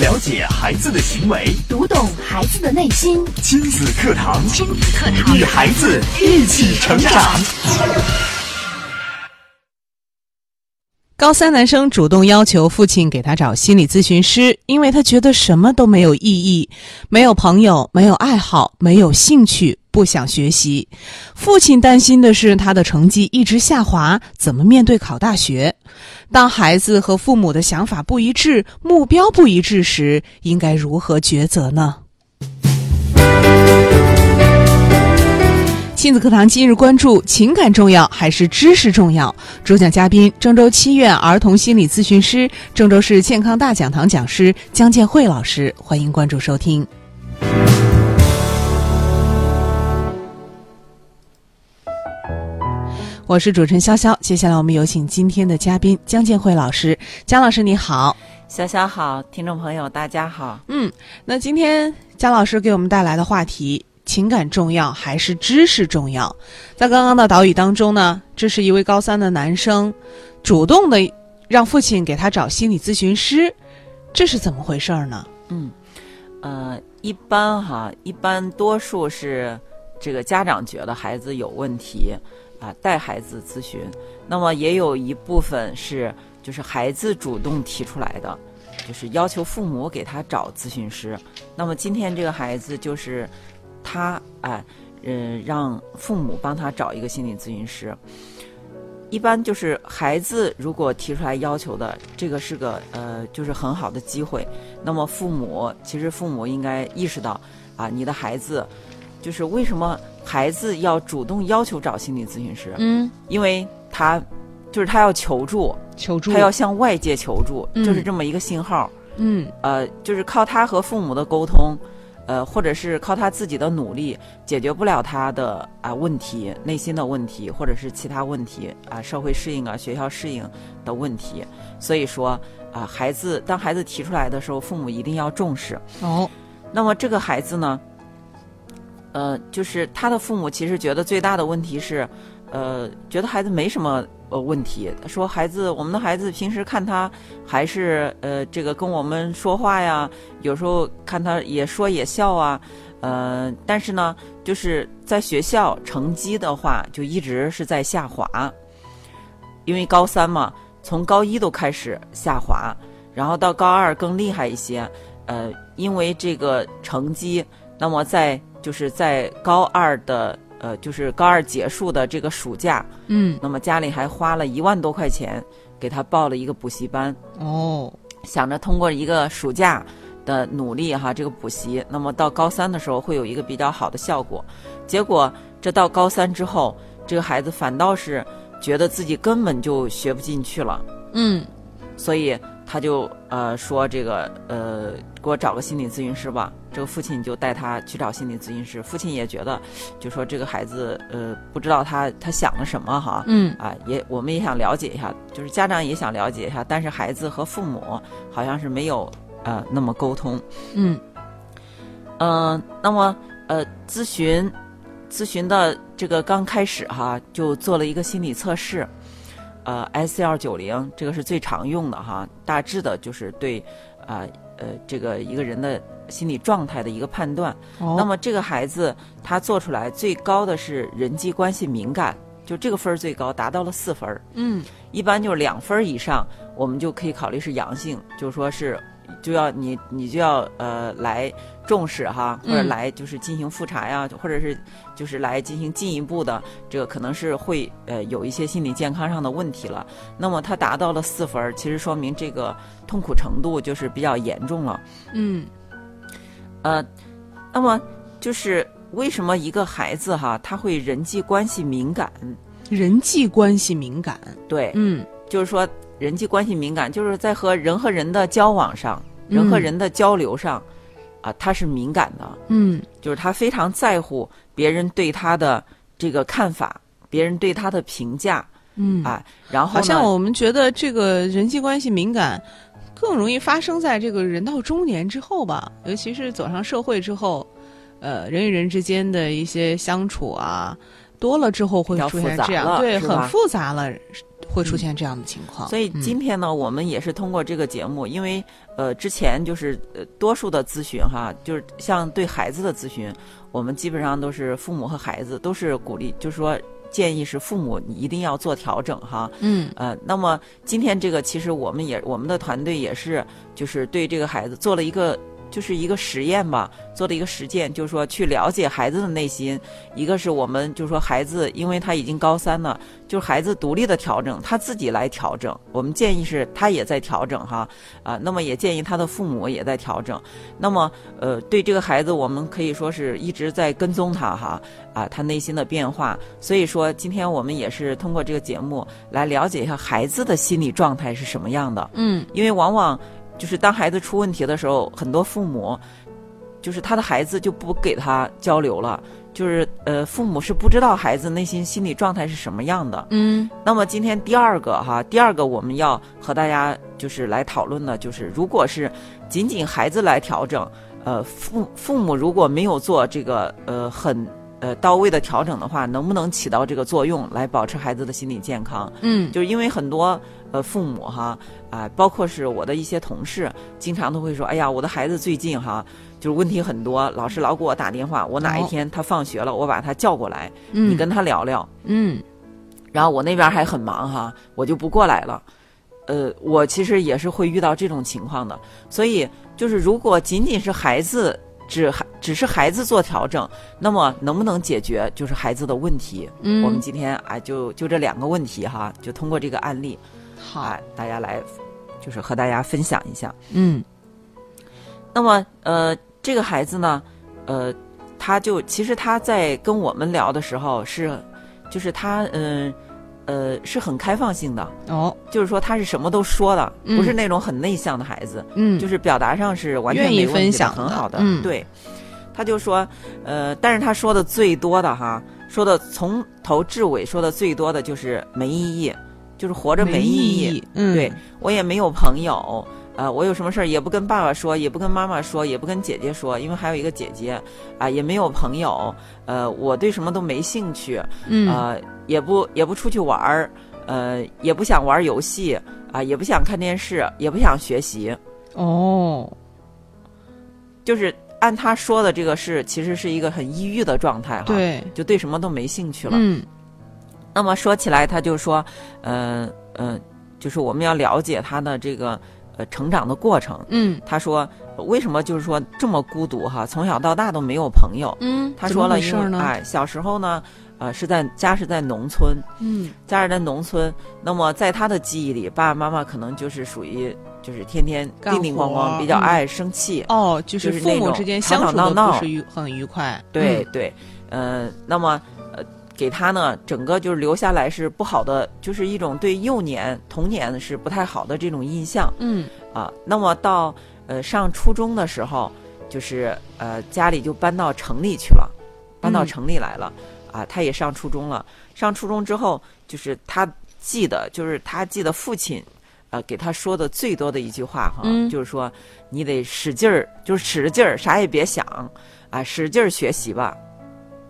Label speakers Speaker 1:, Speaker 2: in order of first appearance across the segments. Speaker 1: 了解孩子的行为，
Speaker 2: 读懂孩子的内心。
Speaker 1: 亲子课堂，
Speaker 2: 亲子课堂
Speaker 1: 与孩子一起成长。
Speaker 3: 高三男生主动要求父亲给他找心理咨询师，因为他觉得什么都没有意义，没有朋友，没有爱好，没有兴趣，不想学习。父亲担心的是他的成绩一直下滑，怎么面对考大学？当孩子和父母的想法不一致、目标不一致时，应该如何抉择呢？亲子课堂今日关注：情感重要还是知识重要？主讲嘉宾：郑州七院儿童心理咨询师、郑州市健康大讲堂讲师姜建慧老师。欢迎关注收听。我是主持人潇潇，接下来我们有请今天的嘉宾姜建慧老师。姜老师你好，
Speaker 4: 小小好，听众朋友大家好。
Speaker 3: 嗯，那今天姜老师给我们带来的话题情感重要还是知识重要？在刚刚的导语当中呢，这是一位高三的男生主动的让父亲给他找心理咨询师，这是怎么回事儿呢？
Speaker 4: 嗯，呃，一般哈，一般多数是这个家长觉得孩子有问题啊，带孩子咨询。那么也有一部分是就是孩子主动提出来的，就是要求父母给他找咨询师。那么今天这个孩子就是他啊，嗯、让父母帮他找一个心理咨询师。一般就是孩子如果提出来要求的，这个是个呃，就是很好的机会。那么父母其实父母应该意识到啊，你的孩子就是为什么孩子要主动要求找心理咨询师，
Speaker 3: 嗯，
Speaker 4: 因为他就是他要求助，
Speaker 3: 求助
Speaker 4: 他要向外界求助，
Speaker 3: 嗯
Speaker 4: 就是这么一个信号。
Speaker 3: 嗯
Speaker 4: 呃，就是靠他和父母的沟通，呃，或者是靠他自己的努力，解决不了他的啊、问题、内心的问题，或者是其他问题啊、社会适应啊、学校适应的问题。所以说啊、孩子当孩子提出来的时候，父母一定要重视。
Speaker 3: 哦
Speaker 4: 那么这个孩子呢，呃，就是他的父母其实觉得最大的问题是，呃，觉得孩子没什么呃问题，说孩子，我们的孩子平时看他还是呃这个跟我们说话呀，有时候看他也说也笑啊，呃，但是呢，就是在学校成绩的话，就一直是在下滑，因为高三嘛，从高一都开始下滑，然后到高二更厉害一些，呃，因为这个成绩，那么在就是在高二的呃，就是高二结束的这个暑假，
Speaker 3: 嗯
Speaker 4: 那么家里还花了一万多块钱给他报了一个补习班，
Speaker 3: 哦
Speaker 4: 想着通过一个暑假的努力哈，这个补习，那么到高三的时候会有一个比较好的效果。结果这到高三之后，这个孩子反倒是觉得自己根本就学不进去了。
Speaker 3: 嗯
Speaker 4: 所以他就呃说这个呃给我找个心理咨询师吧。这个父亲就带他去找心理咨询师，父亲也觉得就说这个孩子呃不知道他他想了什么哈。
Speaker 3: 嗯
Speaker 4: 啊，也我们也想了解一下，就是家长也想了解一下，但是孩子和父母好像是没有呃那么沟通。
Speaker 3: 嗯
Speaker 4: 嗯，那么呃，咨询咨询的这个刚开始哈，就做了一个心理测试，呃，SL 九零这个是最常用的哈，大致的就是对啊呃这个一个人的心理状态的一个判断。
Speaker 3: 哦
Speaker 4: 那么这个孩子他做出来最高的是人际关系敏感，就这个分儿最高，达到了四分儿。
Speaker 3: 嗯
Speaker 4: 一般就是两分儿以上，我们就可以考虑是阳性，就说是就要你你就要呃来重视哈，或者
Speaker 3: 嗯
Speaker 4: 来就是进行复查呀，或者是就是来进行进一步的这个可能是会呃有一些心理健康上的问题了。那么他达到了四分儿，其实说明这个痛苦程度就是比较严重了。
Speaker 3: 嗯
Speaker 4: 呃，那么就是为什么一个孩子哈他会人际关系敏感？
Speaker 3: 人际关系敏感
Speaker 4: 对，
Speaker 3: 嗯
Speaker 4: 就是说人际关系敏感，就是在和人和人的交往上、人和
Speaker 3: 嗯
Speaker 4: 人的交流上，啊，他是敏感的，
Speaker 3: 嗯
Speaker 4: 就是他非常在乎别人对他的这个看法，别人对他的评价
Speaker 3: 嗯
Speaker 4: 啊。然后
Speaker 3: 好
Speaker 4: 呢
Speaker 3: 像我们觉得这个人际关系敏感更容易发生在这个人到中年之后吧，尤其是走上社会之后，呃，人与人之间的一些相处啊，多了之后会
Speaker 4: 比较
Speaker 3: 出
Speaker 4: 复
Speaker 3: 现
Speaker 4: 杂
Speaker 3: 这样，
Speaker 4: 了
Speaker 3: 对，
Speaker 4: 是
Speaker 3: 很
Speaker 4: 吧嗯
Speaker 3: 复杂了，会出现这样的情况。
Speaker 4: 所以
Speaker 3: 嗯
Speaker 4: 今天呢，我们也是通过这个节目，因为呃，之前就是呃，多数的咨询哈，就是像对孩子的咨询，我们基本上都是父母和孩子都是鼓励，就是说建议是父母你一定要做调整哈。
Speaker 3: 嗯
Speaker 4: 呃，那么今天这个其实我们也我们的团队也是就是对这个孩子做了一个。就是一个实验吧，做了一个实践，就是说去了解孩子的内心。一个是我们就是说孩子，因为他已经高三了，就是孩子独立的调整，他自己来调整。我们建议是他也在调整哈，啊，那么也建议他的父母也在调整。那么呃，对这个孩子，我们可以说是一直在跟踪他哈，啊，他内心的变化。所以说，今天我们也是通过这个节目来了解一下孩子的心理状态是什么样的。
Speaker 3: 嗯
Speaker 4: 因为往往就是当孩子出问题的时候，很多父母就是他的孩子就不给他交流了，就是呃，父母是不知道孩子内心心理状态是什么样的。
Speaker 3: 嗯
Speaker 4: 那么今天第二个哈，第二个我们要和大家就是来讨论的，就是如果是仅仅孩子来调整，呃，父父母如果没有做这个呃很呃到位的调整的话，能不能起到这个作用来保持孩子的心理健康？
Speaker 3: 嗯
Speaker 4: 就是因为很多呃父母哈啊、包括是我的一些同事，经常都会说，哎呀，我的孩子最近哈就是问题很多，老是老给我打电话，我哪一
Speaker 3: 哦
Speaker 4: 天他放学了，我把他叫过来，
Speaker 3: 嗯，
Speaker 4: 你跟他聊聊。
Speaker 3: 嗯
Speaker 4: 然后我那边还很忙哈，我就不过来了。呃，我其实也是会遇到这种情况的，所以就是如果仅仅是孩子只只是孩子做调整，那么能不能解决就是孩子的问题？
Speaker 3: 嗯
Speaker 4: 我们今天啊就就这两个问题哈，就通过这个案例
Speaker 3: 好
Speaker 4: 啊，大家来就是和大家分享一下。
Speaker 3: 嗯
Speaker 4: 那么呃，这个孩子呢，呃，他就其实他在跟我们聊的时候是，就是他嗯呃是很开放性的，
Speaker 3: 哦
Speaker 4: 就是说他是什么都说的，
Speaker 3: 嗯
Speaker 4: 不是那种很内向的孩子，
Speaker 3: 嗯
Speaker 4: 就是表达上是完全
Speaker 3: 愿意
Speaker 4: 没问题的
Speaker 3: 分享
Speaker 4: 很
Speaker 3: 的
Speaker 4: 好的，
Speaker 3: 嗯
Speaker 4: 对。他就说，呃，但是他说的最多的哈，说的从头至尾说的最多的就是没意义，就是活着没意义。
Speaker 3: 意义，嗯
Speaker 4: 对我也没有朋友，呃，我有什么事儿也不跟爸爸说，也不跟妈妈说，也不跟姐姐说，因为还有一个姐姐，啊、也没有朋友，呃，我对什么都没兴趣，
Speaker 3: 嗯
Speaker 4: 呃，也不也不出去玩儿，呃，也不想玩游戏，啊、也不想看电视，也不想学习，
Speaker 3: 哦
Speaker 4: 就是按他说的这个是，其实是一个很抑郁的状态哈，，
Speaker 3: 对
Speaker 4: 就对什么都没兴趣了。
Speaker 3: 嗯
Speaker 4: 那么说起来，他就说，呃呃，就是我们要了解他的这个呃成长的过程。
Speaker 3: 嗯
Speaker 4: 他说为什么就是说这么孤独哈，从小到大都没有朋友。
Speaker 3: 嗯，
Speaker 4: 他
Speaker 3: 怎么
Speaker 4: 说了，
Speaker 3: 回事
Speaker 4: 因
Speaker 3: 儿
Speaker 4: 为
Speaker 3: 呢
Speaker 4: 哎，小时候呢，呃，是在家是在农村，
Speaker 3: 嗯
Speaker 4: 家是在农村。那么在他的记忆里，爸爸妈妈可能就是属于就是天天
Speaker 3: 干
Speaker 4: 叮叮咣咣，
Speaker 1: 活
Speaker 4: 比较
Speaker 3: 嗯
Speaker 4: 爱生气。
Speaker 3: 哦，就是
Speaker 4: 就是
Speaker 3: 父
Speaker 4: 那
Speaker 3: 母
Speaker 4: 种
Speaker 3: 之间
Speaker 4: 吵
Speaker 3: 相
Speaker 4: 吵
Speaker 3: 处的
Speaker 4: 闹
Speaker 3: 不
Speaker 4: 闹
Speaker 3: 是愉很愉快，
Speaker 4: 对对，呃，那么呃，给他呢，整个就是留下来是不好的，就是一种对幼年童年是不太好的这种印象。
Speaker 3: 嗯
Speaker 4: 啊，那么到呃上初中的时候，就是呃家里就搬到城里去了，搬到
Speaker 3: 嗯
Speaker 4: 城里来了、啊，他也上初中了。上初中之后，就是他记得，就是他记得父亲。呃，给他说的最多的一句话哈，
Speaker 3: 嗯
Speaker 4: 就是说你得使劲儿，就是使着劲儿，啥也别想，啊，使劲儿学习吧，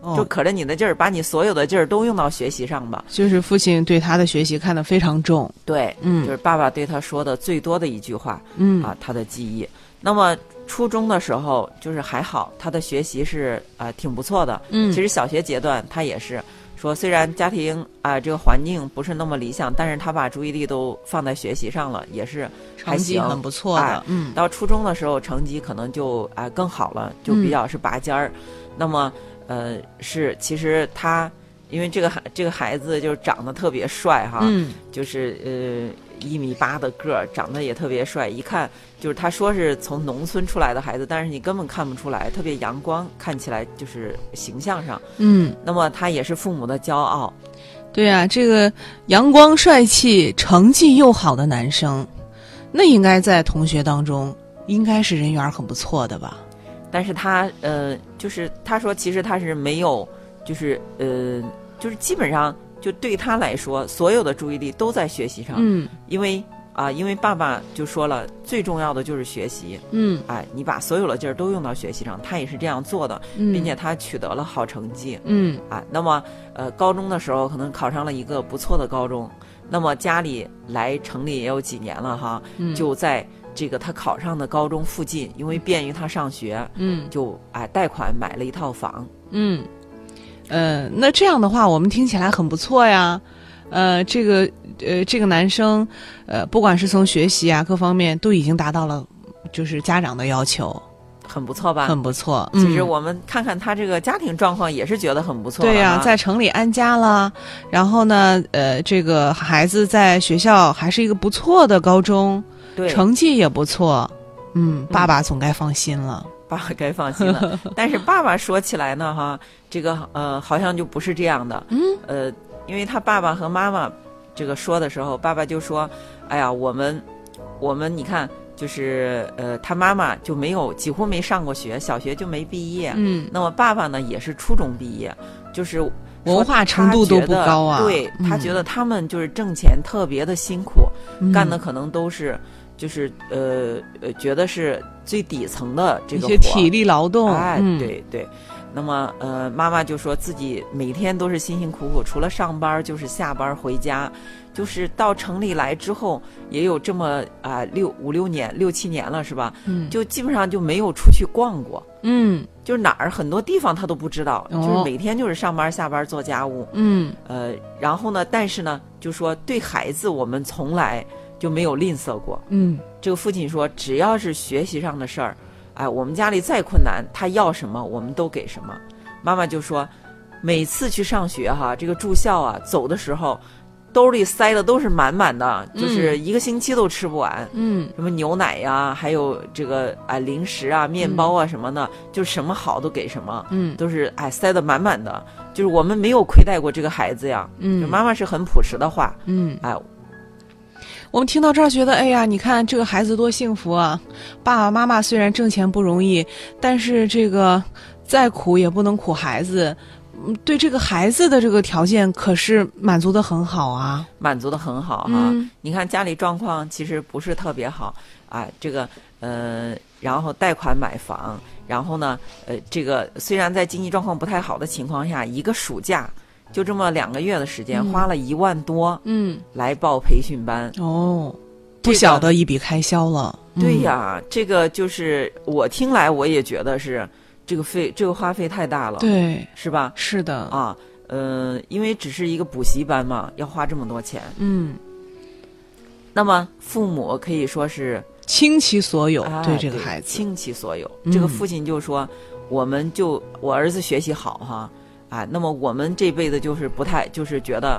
Speaker 3: 哦
Speaker 4: 就可着你的劲儿，把你所有的劲儿都用到学习上吧。
Speaker 3: 就是父亲对他的学习看得非常重，
Speaker 4: 对，
Speaker 3: 嗯
Speaker 4: 就是爸爸对他说的最多的一句话。
Speaker 3: 嗯
Speaker 4: 啊，他的记忆。那么初中的时候就是还好，他的学习是啊、呃挺不错的。
Speaker 3: 嗯
Speaker 4: 其实小学阶段他也是说，虽然家庭啊、这个环境不是那么理想，但是他把注意力都放在学习上了，也是还
Speaker 3: 成绩
Speaker 4: 行。
Speaker 3: 很不错
Speaker 4: 哎
Speaker 3: 的，嗯
Speaker 4: 到初中的时候，成绩可能就啊、更好了，就
Speaker 3: 嗯
Speaker 4: 比较是拔尖儿。那么呃是其实他。因为这个孩这个孩子就是长得特别帅哈，
Speaker 3: 嗯
Speaker 4: 就是呃一米八的个儿，长得也特别帅，一看就是他说是从农村出来的孩子，但是你根本看不出来，特别阳光，看起来就是形象上。
Speaker 3: 嗯，
Speaker 4: 那么他也是父母的骄傲，
Speaker 3: 对啊，这个阳光帅气、成绩又好的男生，那应该在同学当中应该是人缘儿很不错的吧？
Speaker 4: 但是他呃，就是他说其实他是没有，就是呃，就是基本上就对他来说，所有的注意力都在学习上，
Speaker 3: 嗯
Speaker 4: 因为啊、因为爸爸就说了，最重要的就是学习，
Speaker 3: 嗯
Speaker 4: 哎，你把所有的劲儿都用到学习上，他也是这样做的。
Speaker 3: 嗯，
Speaker 4: 并且他取得了好成绩
Speaker 3: 嗯
Speaker 4: 啊。那么，呃，高中的时候可能考上了一个不错的高中，那么家里来城里也有几年了哈，
Speaker 3: 嗯
Speaker 4: 就在这个他考上的高中附近，因为便于他上学，
Speaker 3: 嗯
Speaker 4: 就哎贷款买了一套房。
Speaker 3: 嗯，呃，那这样的话，我们听起来很不错呀。呃，这个呃，这个男生，呃，不管是从学习啊各方面，都已经达到了就是家长的要求，
Speaker 4: 很不错吧？
Speaker 3: 很不错。
Speaker 4: 啊其实
Speaker 3: 嗯
Speaker 4: 我们看看他这个家庭状况，也是觉得很不错了哈。
Speaker 3: 对呀、在城里安家了，然后呢，呃，这个孩子在学校还是一个不错的高中，
Speaker 4: 对
Speaker 3: 成绩也不错，嗯，爸爸总该放心了。
Speaker 4: 爸爸该放心 了。但是爸爸说起来呢，哈，这个呃，好像就不是这样的。嗯，呃，因为他爸爸和妈妈这个说的时候，爸爸就说：“哎呀，我们，我们，你看，就是呃，他妈妈就没有几乎没上过学，小学就没毕业。
Speaker 3: 嗯，
Speaker 4: 那么爸爸呢，也是初中毕业，就是说
Speaker 3: 文化
Speaker 4: 他
Speaker 3: 程度都
Speaker 4: 觉得
Speaker 3: 不高啊
Speaker 4: 对他
Speaker 3: 嗯
Speaker 4: 觉得他们就是挣钱特别的辛苦，干的
Speaker 3: 嗯
Speaker 4: 可能都是就是呃呃，觉得是最底层的这
Speaker 3: 一
Speaker 4: 个
Speaker 3: 些
Speaker 4: 活儿
Speaker 3: 体力劳动，
Speaker 4: 哎，
Speaker 3: 嗯，
Speaker 4: 对对。那么呃，妈妈就说自己每天都是辛辛苦苦，除了上班儿就是下班儿回家，就是到城里来之后也有这么啊、六五六年六七年了是吧？
Speaker 3: 嗯
Speaker 4: 就基本上就没有出去逛过。
Speaker 3: 嗯
Speaker 4: 就是哪儿很多地方他都不知道，就是
Speaker 3: 哦
Speaker 4: 每天就是上班儿下班儿做家务，
Speaker 3: 嗯
Speaker 4: 呃，然后呢，但是呢，就说对孩子我们从来就没有吝啬过，
Speaker 3: 嗯
Speaker 4: 这个父亲说，只要是学习上的事儿，哎，我们家里再困难，他要什么我们都给什么。妈妈就说，每次去上学哈，这个住校啊，走的时候兜里塞的都是满满的，就是一个星期都吃不完，
Speaker 3: 嗯
Speaker 4: 什么牛奶呀、还有这个啊零食啊、面包啊什么的，就什么好都给什么。
Speaker 3: 嗯
Speaker 4: 都是哎塞得满满的，就是我们没有亏待过这个孩子呀。就
Speaker 3: 嗯
Speaker 4: 妈妈是很朴实的话，
Speaker 3: 嗯，
Speaker 4: 哎，
Speaker 3: 我们听到这儿觉得，哎呀，你看这个孩子多幸福啊！爸爸妈妈虽然挣钱不容易，但是这个再苦也不能苦孩子。嗯，对这个孩子的这个条件可是满足的很好啊。
Speaker 4: 满足的很好哈、
Speaker 3: 嗯
Speaker 4: 你看家里状况其实不是特别好啊，这个呃，然后贷款买房，然后呢，呃，这个虽然在经济状况不太好的情况下，一个暑假就这么两个月的时间，花了一万多
Speaker 3: 嗯，
Speaker 4: 来报培训班。
Speaker 3: 哦，不小的一笔开销了。
Speaker 4: 对呀，这个就是我听来我也觉得是这个费这个花费太大了，
Speaker 3: 嗯，对，
Speaker 4: 是吧？
Speaker 3: 是的，
Speaker 4: 啊，呃，因为只是一个补习班嘛，要花这么多钱，
Speaker 3: 嗯，
Speaker 4: 那么父母可以说是
Speaker 3: 倾其所有
Speaker 4: 哎
Speaker 3: 对这个孩子。
Speaker 4: 倾其所有。
Speaker 3: 嗯
Speaker 4: 这个父亲就说：“我们就我儿子学习好哈，啊，那么我们这辈子就是不太，就是觉得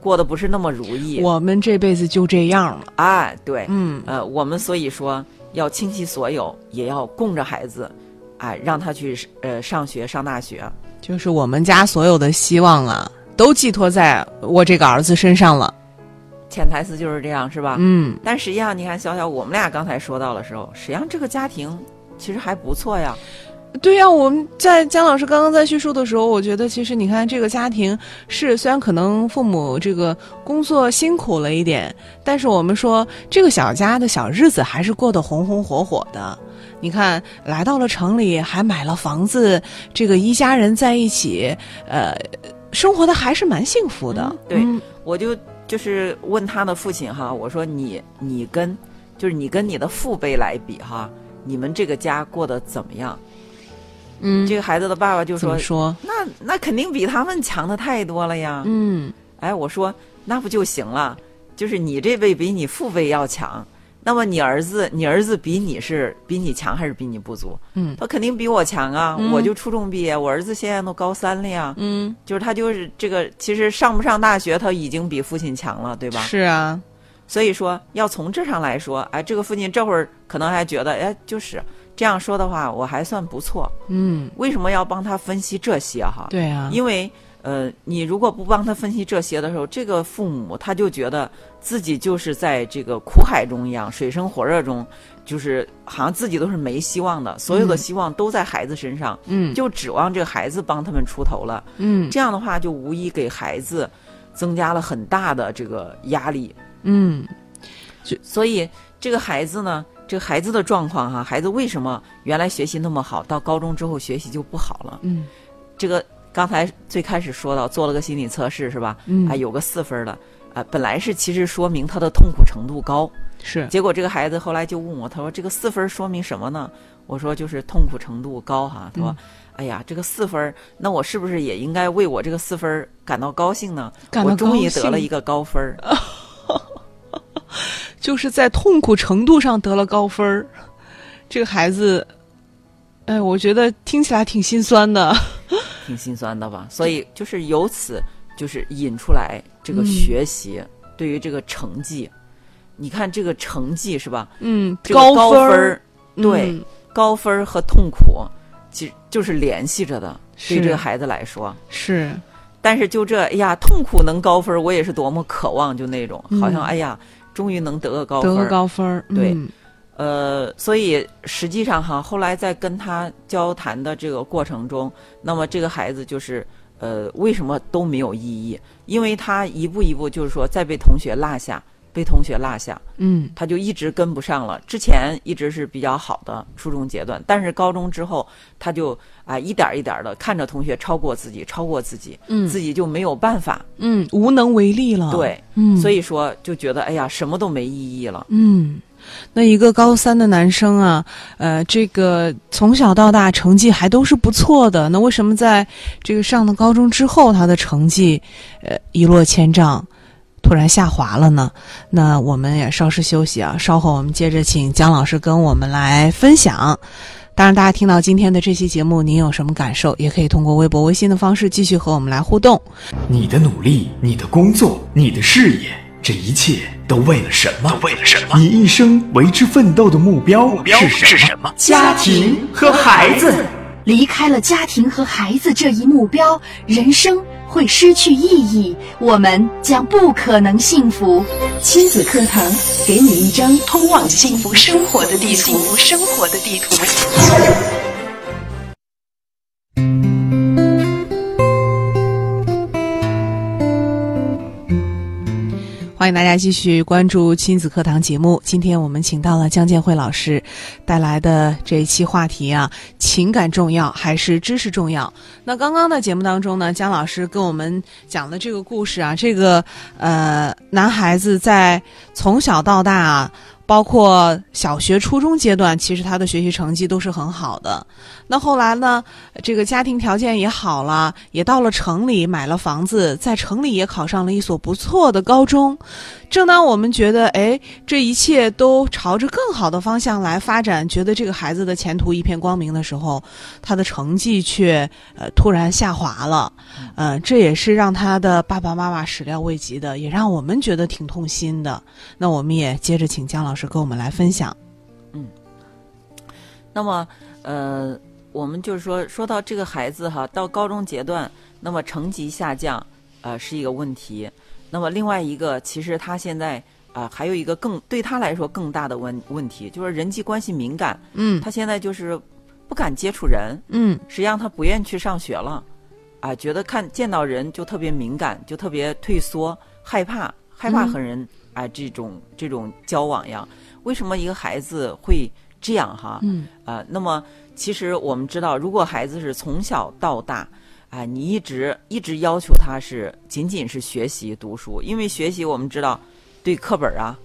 Speaker 4: 过得不是那么如意。
Speaker 3: 我们这辈子就这样了。
Speaker 4: 哎，对，
Speaker 3: 嗯
Speaker 4: 呃，我们所以说要倾其所有，也要供着孩子，啊，让他去呃上学上大学。
Speaker 3: 就是我们家所有的希望啊，都寄托在我这个儿子身上了。
Speaker 4: 潜台词就是这样，是吧？
Speaker 3: 嗯，
Speaker 4: 但实际上，你看，小小，我们俩刚才说到的时候，实际上这个家庭其实还不错呀。
Speaker 3: 对呀、我们在姜老师刚刚在叙述的时候，我觉得其实你看这个家庭是虽然可能父母这个工作辛苦了一点，但是我们说这个小家的小日子还是过得红红火火的。你看，来到了城里，还买了房子，这个一家人在一起，呃，生活的还是蛮幸福的。
Speaker 4: 对
Speaker 3: 嗯
Speaker 4: 我就就是问他的父亲哈，我说你你跟就是你跟你的父辈来比哈，你们这个家过得怎么样？
Speaker 3: 嗯，
Speaker 4: 这个孩子的爸爸就
Speaker 3: 怎
Speaker 4: 说
Speaker 3: 么，说？
Speaker 4: 那那肯定比他们强的太多了呀。
Speaker 3: 嗯
Speaker 4: 哎，我说那不就行了？就是你这辈比你父辈要强，那么你儿子，你儿子比你是比你强还是比你不足？
Speaker 3: 嗯
Speaker 4: 他肯定比我强啊！
Speaker 3: 嗯
Speaker 4: 我就初中毕业，我儿子现在都高三了呀。
Speaker 3: 嗯，
Speaker 4: 就是他就是这个，其实上不上大学，他已经比父亲强了，对吧？
Speaker 3: 是啊，
Speaker 4: 所以说，要从这上来说，哎，这个父亲这会儿可能还觉得，哎，就是这样说的话，我还算不错。
Speaker 3: 嗯，
Speaker 4: 为什么要帮他分析这些哈？，
Speaker 3: 对啊，
Speaker 4: 因为呃，你如果不帮他分析这些的时候，这个父母他就觉得自己就是在这个苦海中一样，水深火热中，就是好像自己都是没希望的，所有的
Speaker 3: 嗯
Speaker 4: 希望都在孩子身上，
Speaker 3: 嗯
Speaker 4: 就指望这个孩子帮他们出头了。
Speaker 3: 嗯
Speaker 4: 这样的话，就无疑给孩子增加了很大的这个压力。
Speaker 3: 嗯
Speaker 4: 所以这个孩子呢，这个孩子的状况哈、孩子为什么原来学习那么好，到高中之后学习就不好了？
Speaker 3: 嗯
Speaker 4: 这个刚才最开始说到做了个心理测试是吧？
Speaker 3: 嗯
Speaker 4: 哎啊，有个四分儿的，啊，本来是其实说明他的痛苦程度高，
Speaker 3: 是
Speaker 4: 结果这个孩子后来就问我，他说这个四分说明什么呢？我说就是痛苦程度高哈、他
Speaker 3: 嗯
Speaker 4: 说，哎呀，这个四分，那我是不是也应该为我这个四分感到高兴呢？
Speaker 3: 感到
Speaker 4: 我终于
Speaker 3: 高兴
Speaker 4: 得了一个高分儿，
Speaker 3: 就是在痛苦程度上得了高分儿。这个孩子，哎，我觉得听起来挺心酸的。
Speaker 4: 挺心酸的吧？所以就是由此就是引出来这个学习、对于这个成绩，你看这个成绩是吧？
Speaker 3: 嗯，
Speaker 4: 这个高
Speaker 3: 分
Speaker 4: 儿
Speaker 3: 儿，
Speaker 4: 对
Speaker 3: 嗯
Speaker 4: 高分儿和痛苦其实就是联系着的，对
Speaker 3: 是
Speaker 4: 这个孩子来说。
Speaker 3: 是
Speaker 4: 但是就这，哎呀，痛苦能高分儿，我也是多么渴望，就那种，好像
Speaker 3: 嗯
Speaker 4: 哎呀，终于能得个高分
Speaker 3: 得
Speaker 4: 儿。
Speaker 3: 个高分儿。
Speaker 4: 对
Speaker 3: 嗯
Speaker 4: 呃，所以实际上哈，后来在跟他交谈的这个过程中，那么这个孩子就是呃，为什么都没有意义？因为他一步一步就是说在被同学落下，被同学落下，
Speaker 3: 嗯
Speaker 4: 他就一直跟不上了。之前一直是比较好的初中阶段，但是高中之后，他就啊、一点儿一点儿的看着同学超过自己，超过自己，
Speaker 3: 嗯
Speaker 4: 自己就没有办法。
Speaker 3: 嗯，无能为力了。
Speaker 4: 对，
Speaker 3: 嗯，
Speaker 4: 所以说就觉得哎呀，什么都没意义了。
Speaker 3: 嗯，那一个高三的男生啊，呃，这个从小到大成绩还都是不错的，那为什么在这个上了高中之后，他的成绩呃一落千丈，突然下滑了呢？那我们也稍事休息啊，稍后我们接着请姜老师跟我们来分享。当然，大家听到今天的这期节目，您有什么感受，也可以通过微博、微信的方式继续和我们来互动。
Speaker 1: 你的努力，你的工作，你的事业，这一切都为了什么？都为了什么？你一生为之奋斗的目标是什么？
Speaker 2: 家庭
Speaker 1: 和孩
Speaker 2: 子离开了家庭和孩子这一目标，人生会失去意义，我们将不可能幸福。亲子课堂给你一张通往幸福生活的地图。生活的地图。
Speaker 3: 欢迎大家继续关注亲子课堂节目。今天我们请到了江建慧老师带来的这一期话题啊，情感重要还是知识重要？那刚刚的节目当中呢，姜老师跟我们讲的这个故事啊，这个呃，男孩子在从小到大啊。包括小学、初中阶段，其实他的学习成绩都是很好的。那后来呢，这个家庭条件也好了，也到了城里买了房子，在城里也考上了一所不错的高中。正当我们觉得，哎，这一切都朝着更好的方向来发展，觉得这个孩子的前途一片光明的时候，他的成绩却呃突然下滑了，呃，这也是让他的爸爸妈妈始料未及的，也让我们觉得挺痛心的。那我们也接着请姜老师跟我们来分享。
Speaker 4: 那么，呃，我们就是说，说到这个孩子哈，到高中阶段，那么成绩下降，呃，是一个问题。那么另外一个，其实他现在啊、还有一个更对他来说更大的问问题，就是人际关系敏感。
Speaker 3: 嗯
Speaker 4: 他现在就是不敢接触人，
Speaker 3: 嗯
Speaker 4: 实际上他不愿意去上学了，啊，觉得看见到人就特别敏感，就特别退缩，害怕，害怕
Speaker 3: 嗯
Speaker 4: 和人、啊这种这种交往呀。为什么一个孩子会这样哈？
Speaker 3: 嗯
Speaker 4: 啊，那么其实我们知道，如果孩子是从小到大，啊，你一直一直要求他是仅仅是学习读书，因为学习我们知道，对课本啊，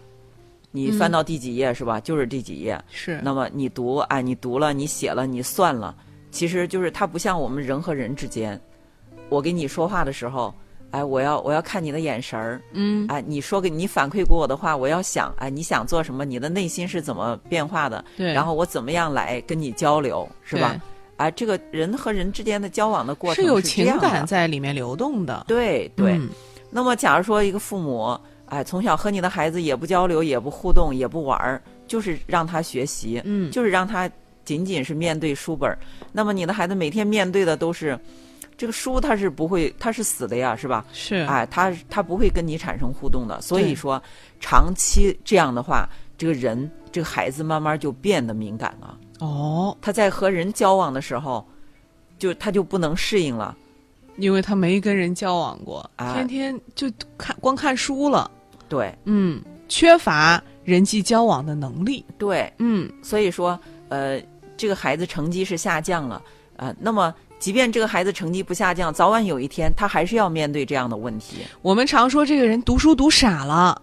Speaker 4: 你翻
Speaker 3: 嗯
Speaker 4: 到第几页、是吧？就是第几页。
Speaker 3: 是
Speaker 4: 那么你读啊，你读了，你写了，你算了，其实就是它不像我们人和人之间，我跟你说话的时候，哎，我要我要看你的眼神儿，
Speaker 3: 嗯
Speaker 4: 哎，你说给你反馈给我的话，我要想，哎，你想做什么，你的内心是怎么变化的，
Speaker 3: 对
Speaker 4: 然后我怎么样来跟你交流，是吧
Speaker 3: 对？
Speaker 4: 哎，这个人和人之间的交往的过程
Speaker 3: 是有
Speaker 4: 这
Speaker 3: 情
Speaker 4: 样的
Speaker 3: 感在里面流动的。
Speaker 4: 对对。
Speaker 3: 嗯
Speaker 4: 那么，假如说一个父母，哎，从小和你的孩子也不交流，也不互动，也不玩儿，就是让他学习，
Speaker 3: 嗯
Speaker 4: 就是让他仅仅是面对书本儿。那么，你的孩子每天面对的都是这个书，他是不会，他是死的呀，是吧？
Speaker 3: 是
Speaker 4: 哎，他他不会跟你产生互动的。所
Speaker 3: 对
Speaker 4: 以说，长期这样的话，这个人，这个孩子慢慢就变得敏感了。
Speaker 3: 哦，
Speaker 4: 他在和人交往的时候，就他就不能适应了。
Speaker 3: 因为他没跟人交往过，
Speaker 4: 啊
Speaker 3: 天天就看光看书了。
Speaker 4: 对
Speaker 3: 嗯，缺乏人际交往的能力。
Speaker 4: 对，
Speaker 3: 嗯
Speaker 4: 所以说，呃，这个孩子成绩是下降了，呃，那么即便这个孩子成绩不下降，早晚有一天他还是要面对这样的问题。
Speaker 3: 我们常说这个人读书读傻了，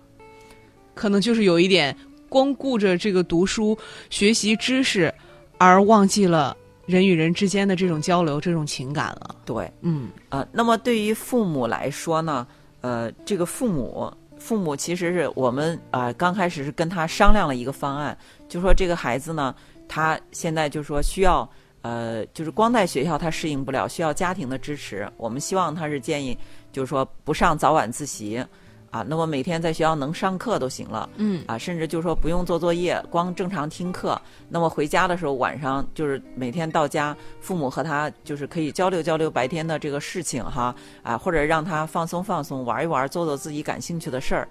Speaker 3: 可能就是有一点光顾着这个读书学习知识，而忘记了人与人之间的这种交流、这种情感了。
Speaker 4: 对，
Speaker 3: 嗯，
Speaker 4: 呃，那么对于父母来说呢，呃，这个父母，父母其实是我们啊、呃刚开始是跟他商量了一个方案，就说这个孩子呢，他现在就说需要，呃，就是光在学校他适应不了，需要家庭的支持。我们希望他是建议，就是说不上早晚自习。啊，那么每天在学校能上课都行了，
Speaker 3: 嗯，
Speaker 4: 啊，甚至就说不用做作业，光正常听课。那么回家的时候，晚上就是每天到家，父母和他就是可以交流交流白天的这个事情哈，啊，或者让他放松放松，玩一玩，做做自己感兴趣的事儿。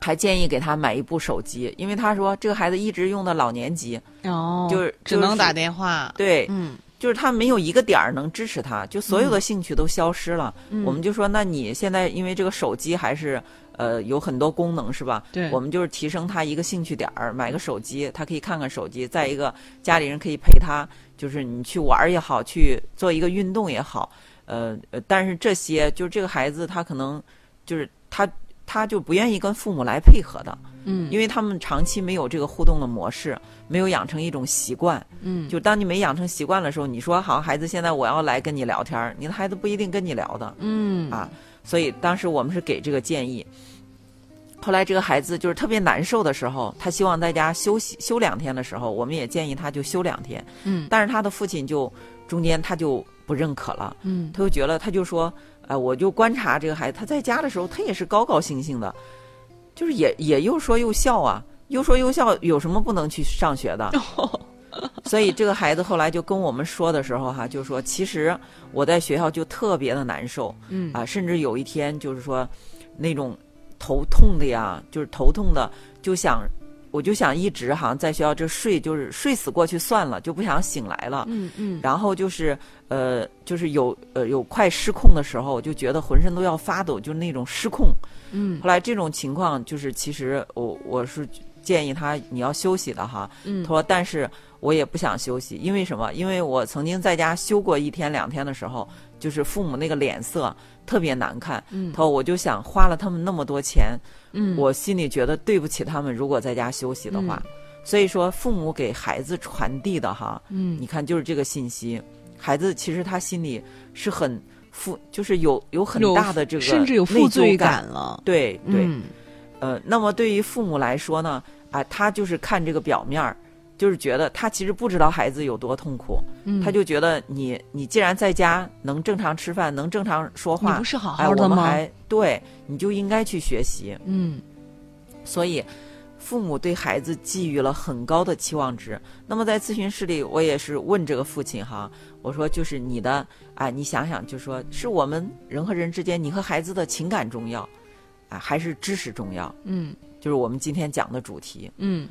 Speaker 4: 还建议给他买一部手机，因为他说这个孩子一直用的老年机，
Speaker 3: 哦，
Speaker 4: 就是
Speaker 3: 只
Speaker 4: 就
Speaker 3: 能
Speaker 4: 是
Speaker 3: 打电话。
Speaker 4: 对，
Speaker 3: 嗯，
Speaker 4: 就是他没有一个点儿能支持他，就所有的兴趣都消失了。
Speaker 3: 嗯
Speaker 4: 我们就说，那你现在因为这个手机还是呃有很多功能是吧？
Speaker 3: 对
Speaker 4: 我们就是提升他一个兴趣点儿，买个手机，他可以看看手机；再一个，家里人可以陪他，就是你去玩儿也好，去做一个运动也好。呃，呃但是这些就是这个孩子他可能就是他他就不愿意跟父母来配合的，
Speaker 3: 嗯，
Speaker 4: 因为他们长期没有这个互动的模式，没有养成一种习惯。
Speaker 3: 嗯，
Speaker 4: 就当你没养成习惯的时候，你说好，孩子，现在我要来跟你聊天儿，你的孩子不一定跟你聊的，
Speaker 3: 嗯
Speaker 4: 啊，所以当时我们是给这个建议。后来这个孩子就是特别难受的时候，他希望在家休息休两天的时候，我们也建议他就休两天，
Speaker 3: 嗯
Speaker 4: 但是他的父亲就中间他就不认可了，
Speaker 3: 嗯
Speaker 4: 他就觉得他就说，呃，我就观察这个孩子，他在家的时候他也是高高兴兴的，就是也也又说又笑啊，又说又笑，有什么不能去上学的？
Speaker 3: 哦
Speaker 4: 所以这个孩子后来就跟我们说的时候哈、就说其实我在学校就特别的难受，
Speaker 3: 嗯
Speaker 4: 啊，甚至有一天就是说那种头痛的呀，就是头痛的，就想我就想一直好像在学校这睡，就是睡死过去算了，就不想醒来了。
Speaker 3: 嗯嗯
Speaker 4: 然后就是呃，就是有呃有快失控的时候，就觉得浑身都要发抖，就是那种失控。
Speaker 3: 嗯
Speaker 4: 后来这种情况就是，其实我我是建议他你要休息的哈。
Speaker 3: 嗯
Speaker 4: 他说，但是我也不想休息，因为什么？因为我曾经在家休过一天两天的时候，就是父母那个脸色特别难看。
Speaker 3: 嗯
Speaker 4: 他说，我就想花了他们那么多钱，
Speaker 3: 嗯
Speaker 4: 我心里觉得对不起他们，如果在家休息的话。所以说，父母给孩子传递的哈，
Speaker 3: 嗯
Speaker 4: 你看就是这个信息，孩子其实他心里是很负，就是有有很
Speaker 3: 有
Speaker 4: 大的这个
Speaker 3: 甚至有
Speaker 4: 内
Speaker 3: 负
Speaker 4: 疚
Speaker 3: 罪
Speaker 4: 感。
Speaker 3: 了。
Speaker 4: 对对，
Speaker 3: 嗯
Speaker 4: 呃，那么对于父母来说呢，啊，他就是看这个表面儿，就是觉得他其实不知道孩子有多痛苦，
Speaker 3: 嗯
Speaker 4: 他就觉得你你既然在家能正常吃饭，能正常说
Speaker 3: 你
Speaker 4: 话
Speaker 3: 不，是好
Speaker 4: 哎，
Speaker 3: 好
Speaker 4: 我
Speaker 3: 的
Speaker 4: 们
Speaker 3: 吗？
Speaker 4: 还对，你就应该去学习。
Speaker 3: 嗯
Speaker 4: 所以，父母对孩子寄予了很高的期望值。那么在咨询室里，我也是问这个父亲哈，我说就是你的啊，你想想，就说是我们人和人之间，你和孩子的情感重要，啊，还是知识重要？
Speaker 3: 嗯
Speaker 4: 就是我们今天讲的主题。
Speaker 3: 嗯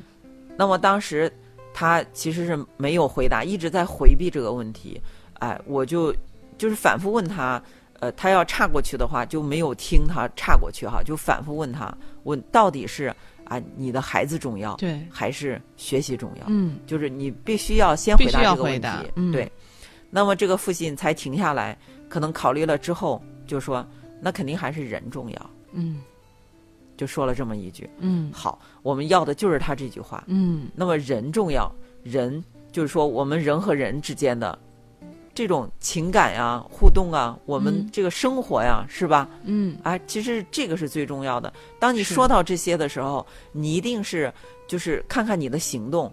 Speaker 4: 那么当时他其实是没有回答，一直在回避这个问题。哎，我就就是反复问他，呃，他要岔过去的话就没有听他岔过去哈，就反复问他，问到底是啊你的孩子重要
Speaker 3: 对
Speaker 4: 还是学习重要？
Speaker 3: 嗯
Speaker 4: 就是你必须要先回
Speaker 3: 必须
Speaker 4: 答
Speaker 3: 要
Speaker 4: 这个问
Speaker 3: 回
Speaker 4: 题
Speaker 3: 答。嗯
Speaker 4: 对，那么这个父亲才停下来，可能考虑了之后就说，那肯定还是人重要，
Speaker 3: 嗯
Speaker 4: 就说了这么一句。
Speaker 3: 嗯
Speaker 4: 好，我们要的就是他这句话。
Speaker 3: 嗯
Speaker 4: 那么人重要，人就是说我们人和人之间的这种情感呀、互动啊，我们
Speaker 3: 嗯
Speaker 4: 这个生活呀，是吧？
Speaker 3: 嗯
Speaker 4: 啊，其实这个是最重要的。当你
Speaker 3: 是
Speaker 4: 说到这些的时候，你一定是就是看看你的行动，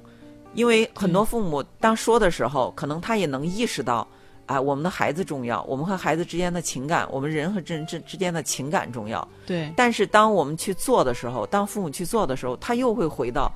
Speaker 4: 因为很
Speaker 3: 嗯
Speaker 4: 多父母当说的时候，可能他也能意识到。啊，我们的孩子重要，我们和孩子之间的情感，我们人和人之之间的情感重要。
Speaker 3: 对
Speaker 4: 但是当我们去做的时候，当父母去做的时候，他又会回到，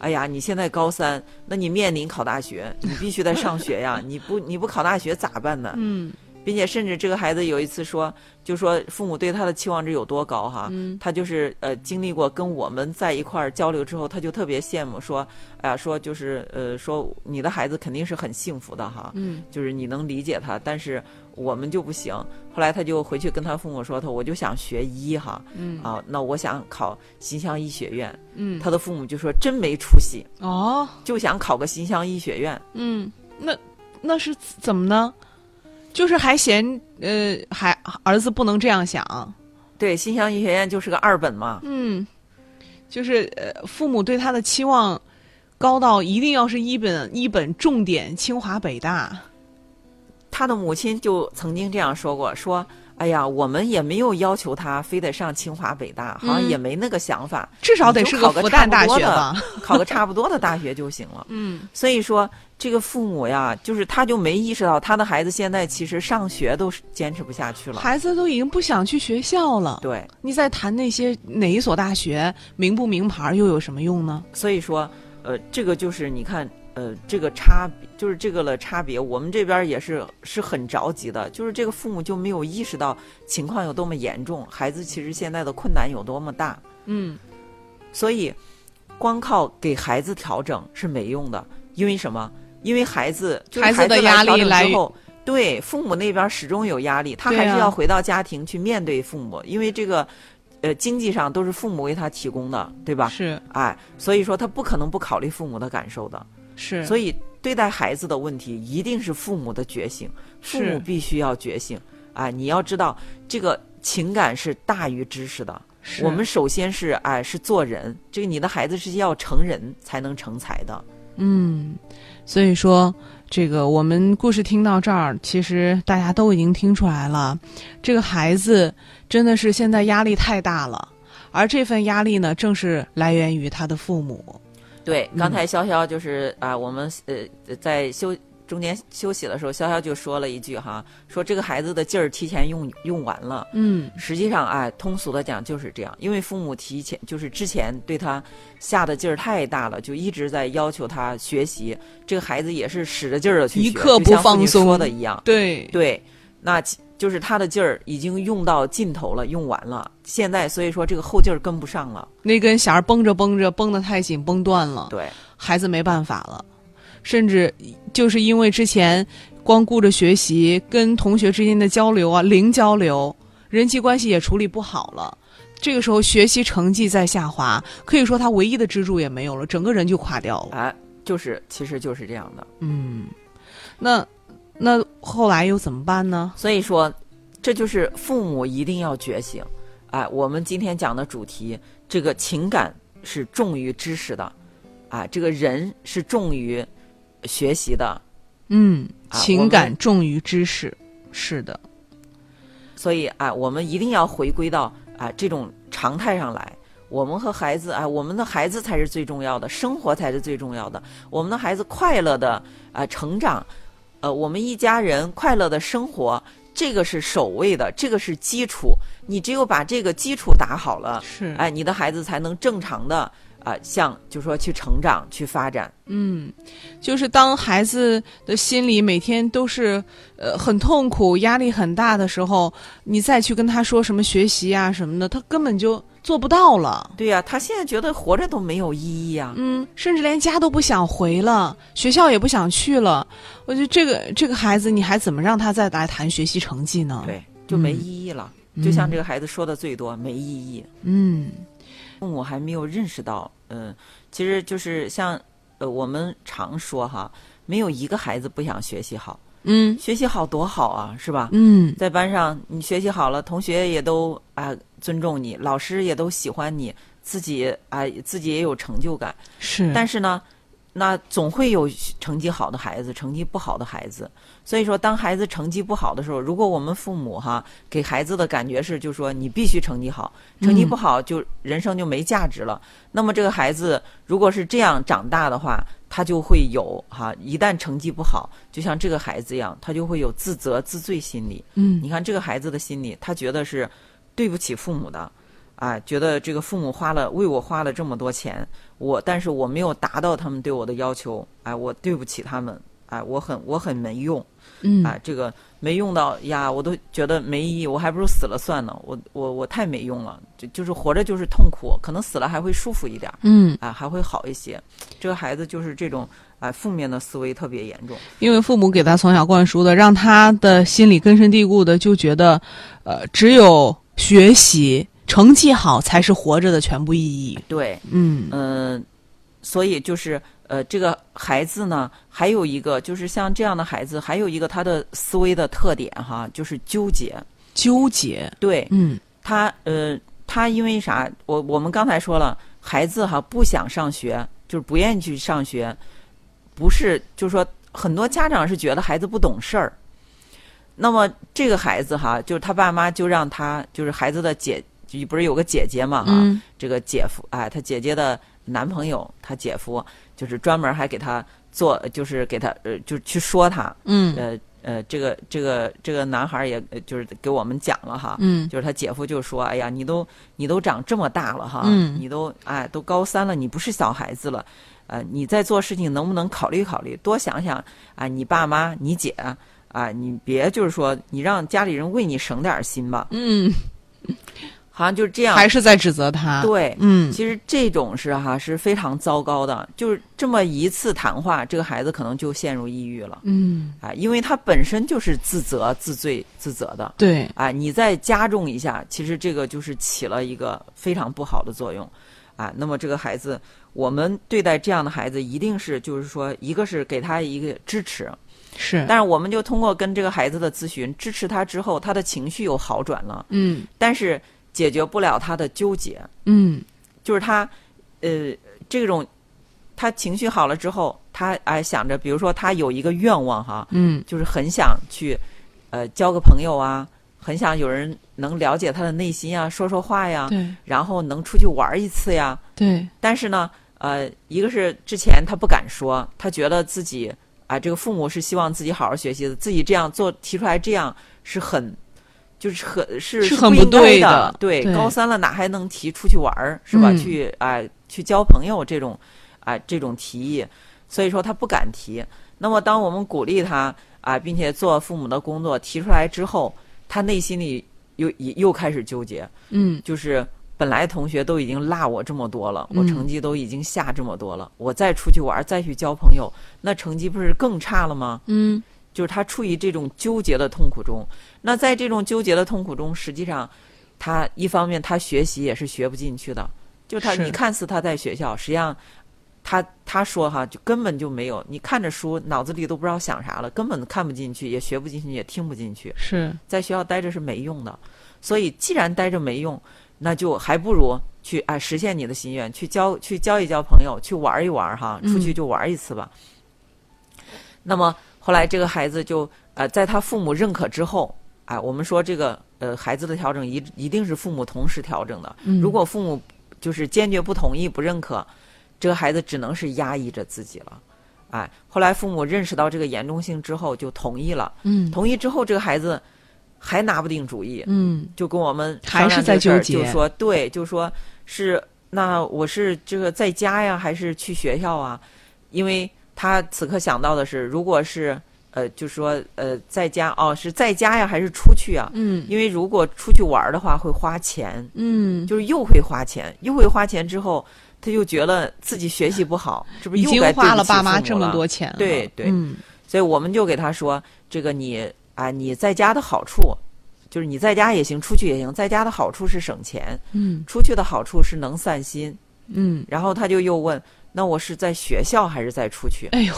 Speaker 4: 哎呀，你现在高三，那你面临考大学，你必须得上学 呀，你不你不考大学咋办呢？
Speaker 3: 嗯
Speaker 4: 并且甚至这个孩子有一次说，就说父母对他的期望值有多高哈，
Speaker 3: 嗯
Speaker 4: 他就是呃经历过跟我们在一块儿交流之后，他就特别羡慕说，哎、呀，说就是呃说你的孩子肯定是很幸福的哈，
Speaker 3: 嗯
Speaker 4: 就是你能理解他，但是我们就不行。后来他就回去跟他父母说，他我就想学医哈，
Speaker 3: 嗯
Speaker 4: 啊，那我想考新乡医学院。
Speaker 3: 嗯
Speaker 4: 他的父母就说真没出息，
Speaker 3: 哦
Speaker 4: 就想考个新乡医学院。
Speaker 3: 嗯那那是怎么呢？就是还嫌呃，还儿子不能这样想，
Speaker 4: 对，新乡医学院就是个二本嘛，
Speaker 3: 嗯，就是呃，父母对他的期望高到一定要是一本一本重点清华北大，
Speaker 4: 他的母亲就曾经这样说过：“说，哎呀，我们也没有要求他非得上清华北大，好像
Speaker 3: 嗯
Speaker 4: 也没那个想法，
Speaker 3: 至少得
Speaker 4: 你
Speaker 3: 是
Speaker 4: 就考
Speaker 3: 复
Speaker 4: 个
Speaker 3: 旦
Speaker 4: 差
Speaker 3: 大
Speaker 4: 不多
Speaker 3: 学
Speaker 4: 的
Speaker 3: 吧？，
Speaker 4: 考个差不多的大学就行了。”
Speaker 3: 嗯，
Speaker 4: 所以说，这个父母呀，就是他就没意识到他的孩子现在其实上学都是坚持不下去了。
Speaker 3: 孩子都已经不想去学校了，
Speaker 4: 对，
Speaker 3: 你再谈那些哪一所大学名不名牌又有什么用呢？
Speaker 4: 所以说，呃，这个就是你看，呃，这个差别就是这个了差别。我们这边也是是很着急的，就是这个父母就没有意识到情况有多么严重，孩子其实现在的困难有多么大。
Speaker 3: 嗯，
Speaker 4: 所以，光靠给孩子调整是没用的，因为什么？因为孩子就是
Speaker 3: 孩
Speaker 4: 孩
Speaker 3: 子的压力
Speaker 4: 来调整
Speaker 3: 来源
Speaker 4: 之后，对父母那边始终有压力，他
Speaker 3: 对
Speaker 4: 还
Speaker 3: 啊
Speaker 4: 是要回到家庭去面对父母，因为这个，呃，经济上都是父母为他提供的，对吧？
Speaker 3: 是
Speaker 4: 哎，所以说他不可能不考虑父母的感受的，
Speaker 3: 是，
Speaker 4: 所
Speaker 3: 以
Speaker 4: 以对待孩子的问题一定是父母的觉醒，父
Speaker 3: 是
Speaker 4: 母必须要觉醒。哎，你要知道这个情感是大于知识的，我们首先是哎是做人，这个你的孩子是要成人才能成才的。
Speaker 3: 嗯，所以说这个我们故事听到这儿，其实大家都已经听出来了，这个孩子真的是现在压力太大了，而这份压力呢，正是来源于他的父母。
Speaker 4: 对，
Speaker 3: 嗯
Speaker 4: 刚才潇潇就是啊，我们呃在休中间休息的时候，潇潇就说了一句哈，说这个孩子的劲儿提前用用完了。
Speaker 3: 嗯，
Speaker 4: 实际上，哎，通俗的讲就是这样，因为父母提前就是之前对他下的劲儿太大了，就一直在要求他学习，这个孩子也是使着劲儿的去学，
Speaker 3: 一刻不
Speaker 4: 就像父亲
Speaker 3: 放松
Speaker 4: 说的一样。
Speaker 3: 对，
Speaker 4: 对，那其就是他的劲儿已经用到尽头了，用完了。现在所以说这个后劲儿跟不上了。
Speaker 3: 那根弦儿绷着绷着，绷得太紧，绷断了。
Speaker 4: 对，
Speaker 3: 孩子没办法了，甚至就是因为之前光顾着学习，跟同学之间的交流啊零交流，人际关系也处理不好了。这个时候学习成绩在下滑，可以说他唯一的支柱也没有了，整个人就垮掉了。
Speaker 4: 哎，就是其实就是这样的。
Speaker 3: 嗯，那那后来又怎么办呢？
Speaker 4: 所以说，这就是父母一定要觉醒。哎，我们今天讲的主题，这个情感是重于知识的，啊，这个人是重于学习的。
Speaker 3: 嗯，
Speaker 4: 啊我
Speaker 3: 情
Speaker 4: 们
Speaker 3: 感重于知识，是的，
Speaker 4: 所以啊，我们一定要回归到啊这种常态上来。我们和孩子啊，我们的孩子才是最重要的，生活才是最重要的。我们的孩子快乐的啊成长，呃，我们一家人快乐的生活，这个是首位的，这个是基础。你只有把这个基础打好了，
Speaker 3: 是
Speaker 4: 哎，你的孩子才能正常的啊，向就说去成长、去发展。
Speaker 3: 嗯，就是当孩子的心里每天都是呃很痛苦、压力很大的时候，你再去跟他说什么学习啊什么的，他根本就做不到了。
Speaker 4: 对呀、他现在觉得活着都没有意义啊。
Speaker 3: 嗯，甚至连家都不想回了，学校也不想去了。我觉得这个这个孩子，你还怎么让他再来谈学习成绩呢？，
Speaker 4: 对，就没意义了。就像这个孩子说的最多，没意义。
Speaker 3: 嗯
Speaker 4: 父母还没有认识到，嗯，其实就是像呃，我们常说哈，没有一个孩子不想学习好，
Speaker 3: 嗯
Speaker 4: 学习好多好啊，是吧？
Speaker 3: 嗯，
Speaker 4: 在班上你学习好了，同学也都啊、尊重你，老师也都喜欢你，自己啊、自己也有成就感。
Speaker 3: 是，
Speaker 4: 但是呢，那总会有成绩好的孩子，成绩不好的孩子。所以说，当孩子成绩不好的时候，如果我们父母哈给孩子的感觉是，就说你必须成绩好，成绩不好就人生就没价值了。那么这个孩子如果是这样长大的话，他就会有哈，一旦成绩不好，就像这个孩子一样，他就会有自责自罪心理。
Speaker 3: 嗯
Speaker 4: 你看这个孩子的心理，他觉得是对不起父母的，啊，觉得这个父母花了为我花了这么多钱，我但是我没有达到他们对我的要求，哎，我对不起他们，哎，我很我很没用，
Speaker 3: 嗯
Speaker 4: 啊，这个没用到呀，我都觉得没意义，我还不如死了算了，我我我太没用了，就就是活着就是痛苦，可能死了还会舒服一点儿。
Speaker 3: 嗯，
Speaker 4: 啊，还会好一些。这个孩子就是这种啊，负面的思维特别严重。
Speaker 3: 因为父母给他从小灌输的，让他的心里根深蒂固的就觉得，呃，只有学习成绩好才是活着的全部意义。
Speaker 4: 对，
Speaker 3: 嗯
Speaker 4: 嗯，所以就是呃，这个孩子呢，还有一个就是像这样的孩子，还有一个他的思维的特点哈，就是纠结。
Speaker 3: 纠结，
Speaker 4: 对
Speaker 3: 嗯
Speaker 4: 他，呃，他因为啥？我我们刚才说了，孩子哈不想上学，就是不愿意去上学，不是，就是说很多家长是觉得孩子不懂事儿。那么这个孩子哈，就是他爸妈就让他，就是孩子的姐，不是有个姐姐嘛哈，
Speaker 3: 嗯
Speaker 4: 这个姐夫啊，他姐姐的男朋友，他姐夫就是专门还给他做，就是给他呃，就去说他，
Speaker 3: 嗯
Speaker 4: 呃呃，这个这个这个男孩儿也呃就是给我们讲了哈，
Speaker 3: 嗯
Speaker 4: 就是他姐夫就说：“哎呀，你都你都长这么大了哈，
Speaker 3: 嗯
Speaker 4: 你都哎都高三了，你不是小孩子了，呃，你在做事情能不能考虑考虑，多想想啊、你爸妈、你姐啊、你别就是说你让家里人为你省点儿心吧，
Speaker 3: 嗯，
Speaker 4: 好像就是这样。
Speaker 3: 还是在指责他。，
Speaker 4: 对，
Speaker 3: 嗯
Speaker 4: 其实这种是哈、是非常糟糕的，就是这么一次谈话，这个孩子可能就陷入抑郁了
Speaker 3: 嗯，
Speaker 4: 啊、因为他本身就是自责、自罪、自责的。
Speaker 3: 对，
Speaker 4: 啊，你再加重一下，其实这个就是起了一个非常不好的作用，啊，那么这个孩子，我们对待这样的孩子，一定是就是说，一个是给他一个支持，
Speaker 3: 是，
Speaker 4: 但是我们就通过跟这个孩子的咨询，支持他之后，他的情绪有好转了，
Speaker 3: 嗯
Speaker 4: 但是解决不了他的纠结，
Speaker 3: 嗯
Speaker 4: 就是他，呃，这种他情绪好了之后，他哎想着，比如说他有一个愿望哈，
Speaker 3: 嗯
Speaker 4: 就是很想去，呃，交个朋友啊，很想有人能了解他的内心啊，说说话呀，
Speaker 3: 对
Speaker 4: 然后能出去玩一次呀。
Speaker 3: 对，
Speaker 4: 但是呢，呃，一个是之前他不敢说，他觉得自己啊、这个父母是希望自己好好学习的，自己这样做提出来这样是很，就是很是
Speaker 3: 是很不
Speaker 4: 不应该
Speaker 3: 对的
Speaker 4: 的。对，
Speaker 3: 对
Speaker 4: 高三了哪还能提出去玩儿是吧？
Speaker 3: 嗯
Speaker 4: 去啊、去交朋友这种啊、这种提议，所以说他不敢提。那么当我们鼓励他啊、并且做父母的工作提出来之后，他内心里又又又开始纠结，
Speaker 3: 嗯
Speaker 4: 就是本来同学都已经落我这么多了，
Speaker 3: 嗯
Speaker 4: 我成绩都已经下这么多了，我再出去玩儿，再去交朋友，那成绩不是更差了吗？
Speaker 3: 嗯
Speaker 4: 就是他处于这种纠结的痛苦中。那在这种纠结的痛苦中，实际上他一方面他学习也是学不进去的，就他
Speaker 3: 是
Speaker 4: 你看似他在学校，实际上他他说哈，就根本就没有，你看着书，脑子里都不知道想啥了，根本看不进去，也学不进去，也听不进去。
Speaker 3: 是，
Speaker 4: 在学校待着是没用的。所以既然待着没用，那就还不如去啊实现你的心愿，去交去交一交朋友，去玩一玩哈，
Speaker 3: 嗯
Speaker 4: 出去就玩一次吧。那么后来这个孩子就呃，在他父母认可之后，啊、我们说这个呃孩子的调整一一定是父母同时调整的。
Speaker 3: 嗯
Speaker 4: 如果父母就是坚决不同意、不认可，这个孩子只能是压抑着自己了。哎，后来父母认识到这个严重性之后，就同意了。
Speaker 3: 嗯
Speaker 4: 同意之后，这个孩子还拿不定主意，
Speaker 3: 嗯
Speaker 4: 就跟我们
Speaker 3: 还是
Speaker 4: 商量这个事儿
Speaker 3: 在纠结
Speaker 4: 就说对，就说是那我是这个在家呀，还是去学校啊？因为他此刻想到的是，如果是呃，就说呃，在家哦，是在家呀，还是出去啊？
Speaker 3: 嗯
Speaker 4: 因为如果出去玩儿的话，会花钱，
Speaker 3: 嗯，
Speaker 4: 就是又会花钱，又会花钱之后，他又觉得自己学习不好，这不是
Speaker 3: 已
Speaker 4: 又
Speaker 3: 经
Speaker 4: 该对
Speaker 3: 花
Speaker 4: 不
Speaker 3: 了
Speaker 4: 起
Speaker 3: 爸
Speaker 4: 父
Speaker 3: 妈
Speaker 4: 母
Speaker 3: 这么
Speaker 4: 了
Speaker 3: 多钱了，
Speaker 4: 对对
Speaker 3: 嗯
Speaker 4: 所以我们就给他说，这个你啊，你在家的好处就是你在家也行，出去也行，在家的好处是省钱，
Speaker 3: 嗯
Speaker 4: 出去的好处是能散心。
Speaker 3: 嗯，
Speaker 4: 然后他就又问，那我是在学校还是在出去
Speaker 3: 哎呦，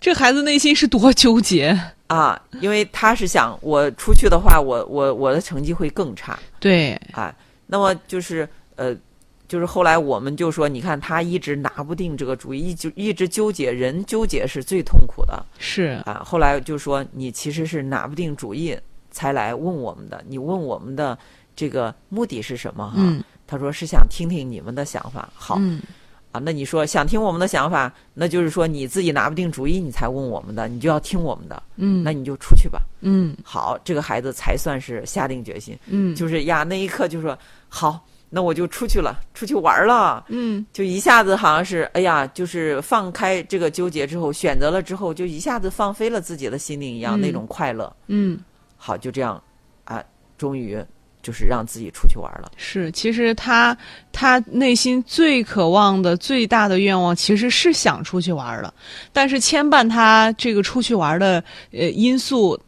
Speaker 3: 这孩子内心是多纠结，
Speaker 4: 啊？因为他是想我出去的话，我我我的成绩会更差
Speaker 3: 对，
Speaker 4: 啊。那么就是呃。就是后来我们就说，你看他一直拿不定这个主意，一直一直纠结，人纠结是最痛苦的。
Speaker 3: 是，
Speaker 4: 啊，后来就说你其实是拿不定主意才来问我们的，你问我们的这个目的是什么哈？
Speaker 3: 嗯
Speaker 4: 他说是想听听你们的想法。好、
Speaker 3: 嗯
Speaker 4: 啊，那你说想听我们的想法，那就是说你自己拿不定主意，你才问我们的，你就要听我们的，
Speaker 3: 嗯，
Speaker 4: 那你就出去吧。
Speaker 3: 嗯
Speaker 4: 好，这个孩子才算是下定决心，
Speaker 3: 嗯
Speaker 4: 就是呀，那一刻就说好，那我就出去了，出去玩儿了。
Speaker 3: 嗯
Speaker 4: 就一下子好像是，哎呀，就是放开这个纠结之后，选择了之后，就一下子放飞了自己的心灵一样、
Speaker 3: 嗯
Speaker 4: 那种快乐。
Speaker 3: 嗯。
Speaker 4: 好，就这样，啊，终于就是让自己出去玩了。
Speaker 3: 是，其实他他内心最渴望的、最大的愿望，其实是想出去玩儿的，但是牵绊他这个出去玩儿的呃因素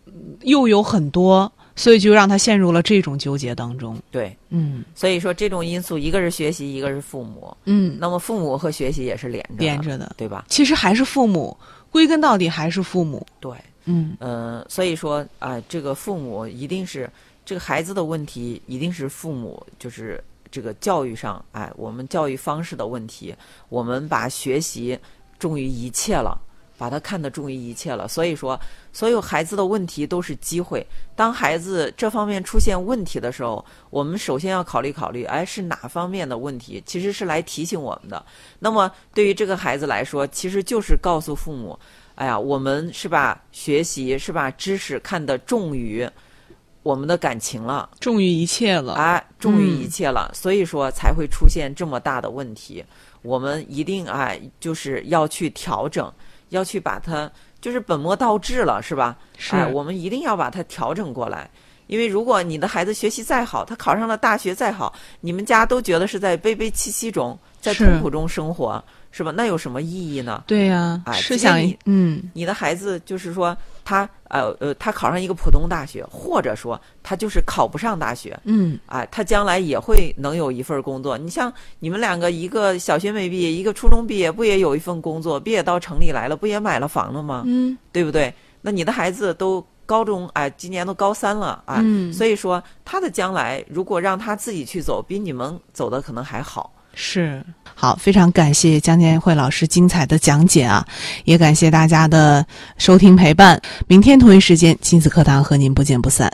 Speaker 3: 又有很多，所以就让他陷入了这种纠结当中。
Speaker 4: 对，
Speaker 3: 嗯
Speaker 4: 所以说这种因素，一个是学习，一个是父母。
Speaker 3: 嗯，
Speaker 4: 那么父母和学习也是连着的
Speaker 3: 连着的。
Speaker 4: 对吧？
Speaker 3: 其实还是父母，归根到底还是父母。
Speaker 4: 对，
Speaker 3: 嗯
Speaker 4: 嗯，所以说啊、这个父母一定是这个孩子的问题，一定是父母就是这个教育上，哎，我们教育方式的问题，我们把学习重于一切了。把它看得重于一切了，所以说，所有孩子的问题都是机会。当孩子这方面出现问题的时候，我们首先要考虑考虑，哎，是哪方面的问题？其实是来提醒我们的。那么，对于这个孩子来说，其实就是告诉父母，哎呀，我们是把学习是把知识看得重于我们的感情了，
Speaker 3: 重于一切了。
Speaker 4: 哎，重于一切
Speaker 3: 嗯
Speaker 4: 了，所以说才会出现这么大的问题。我们一定哎，就是要去调整，要去把它就是本末倒置了，是吧？
Speaker 3: 是
Speaker 4: 哎，我们一定要把它调整过来。因为如果你的孩子学习再好，他考上了大学再好，你们家都觉得是在悲悲戚戚中，在
Speaker 3: 是
Speaker 4: 痛苦中生活，是吧？那有什么意义呢？
Speaker 3: 对呀、
Speaker 4: 哎
Speaker 3: 是
Speaker 4: 既然
Speaker 3: 想
Speaker 4: 你
Speaker 3: 嗯
Speaker 4: 你的孩子就是说他呃呃，他考上一个普通大学，或者说他就是考不上大学，
Speaker 3: 嗯，
Speaker 4: 啊，他将来也会能有一份工作。你像你们两个，一个小学没毕业，一个初中毕业，不也有一份工作？毕业到城里来了，不也买了房了吗？
Speaker 3: 嗯，
Speaker 4: 对不对？那你的孩子都高中，哎，今年都高三了啊，
Speaker 3: 嗯
Speaker 4: 所以说他的将来如果让他自己去走，比你们走的可能还好。
Speaker 3: 是好，非常感谢江建慧老师精彩的讲解啊，也感谢大家的收听陪伴。明天同一时间，亲子课堂和您不见不散。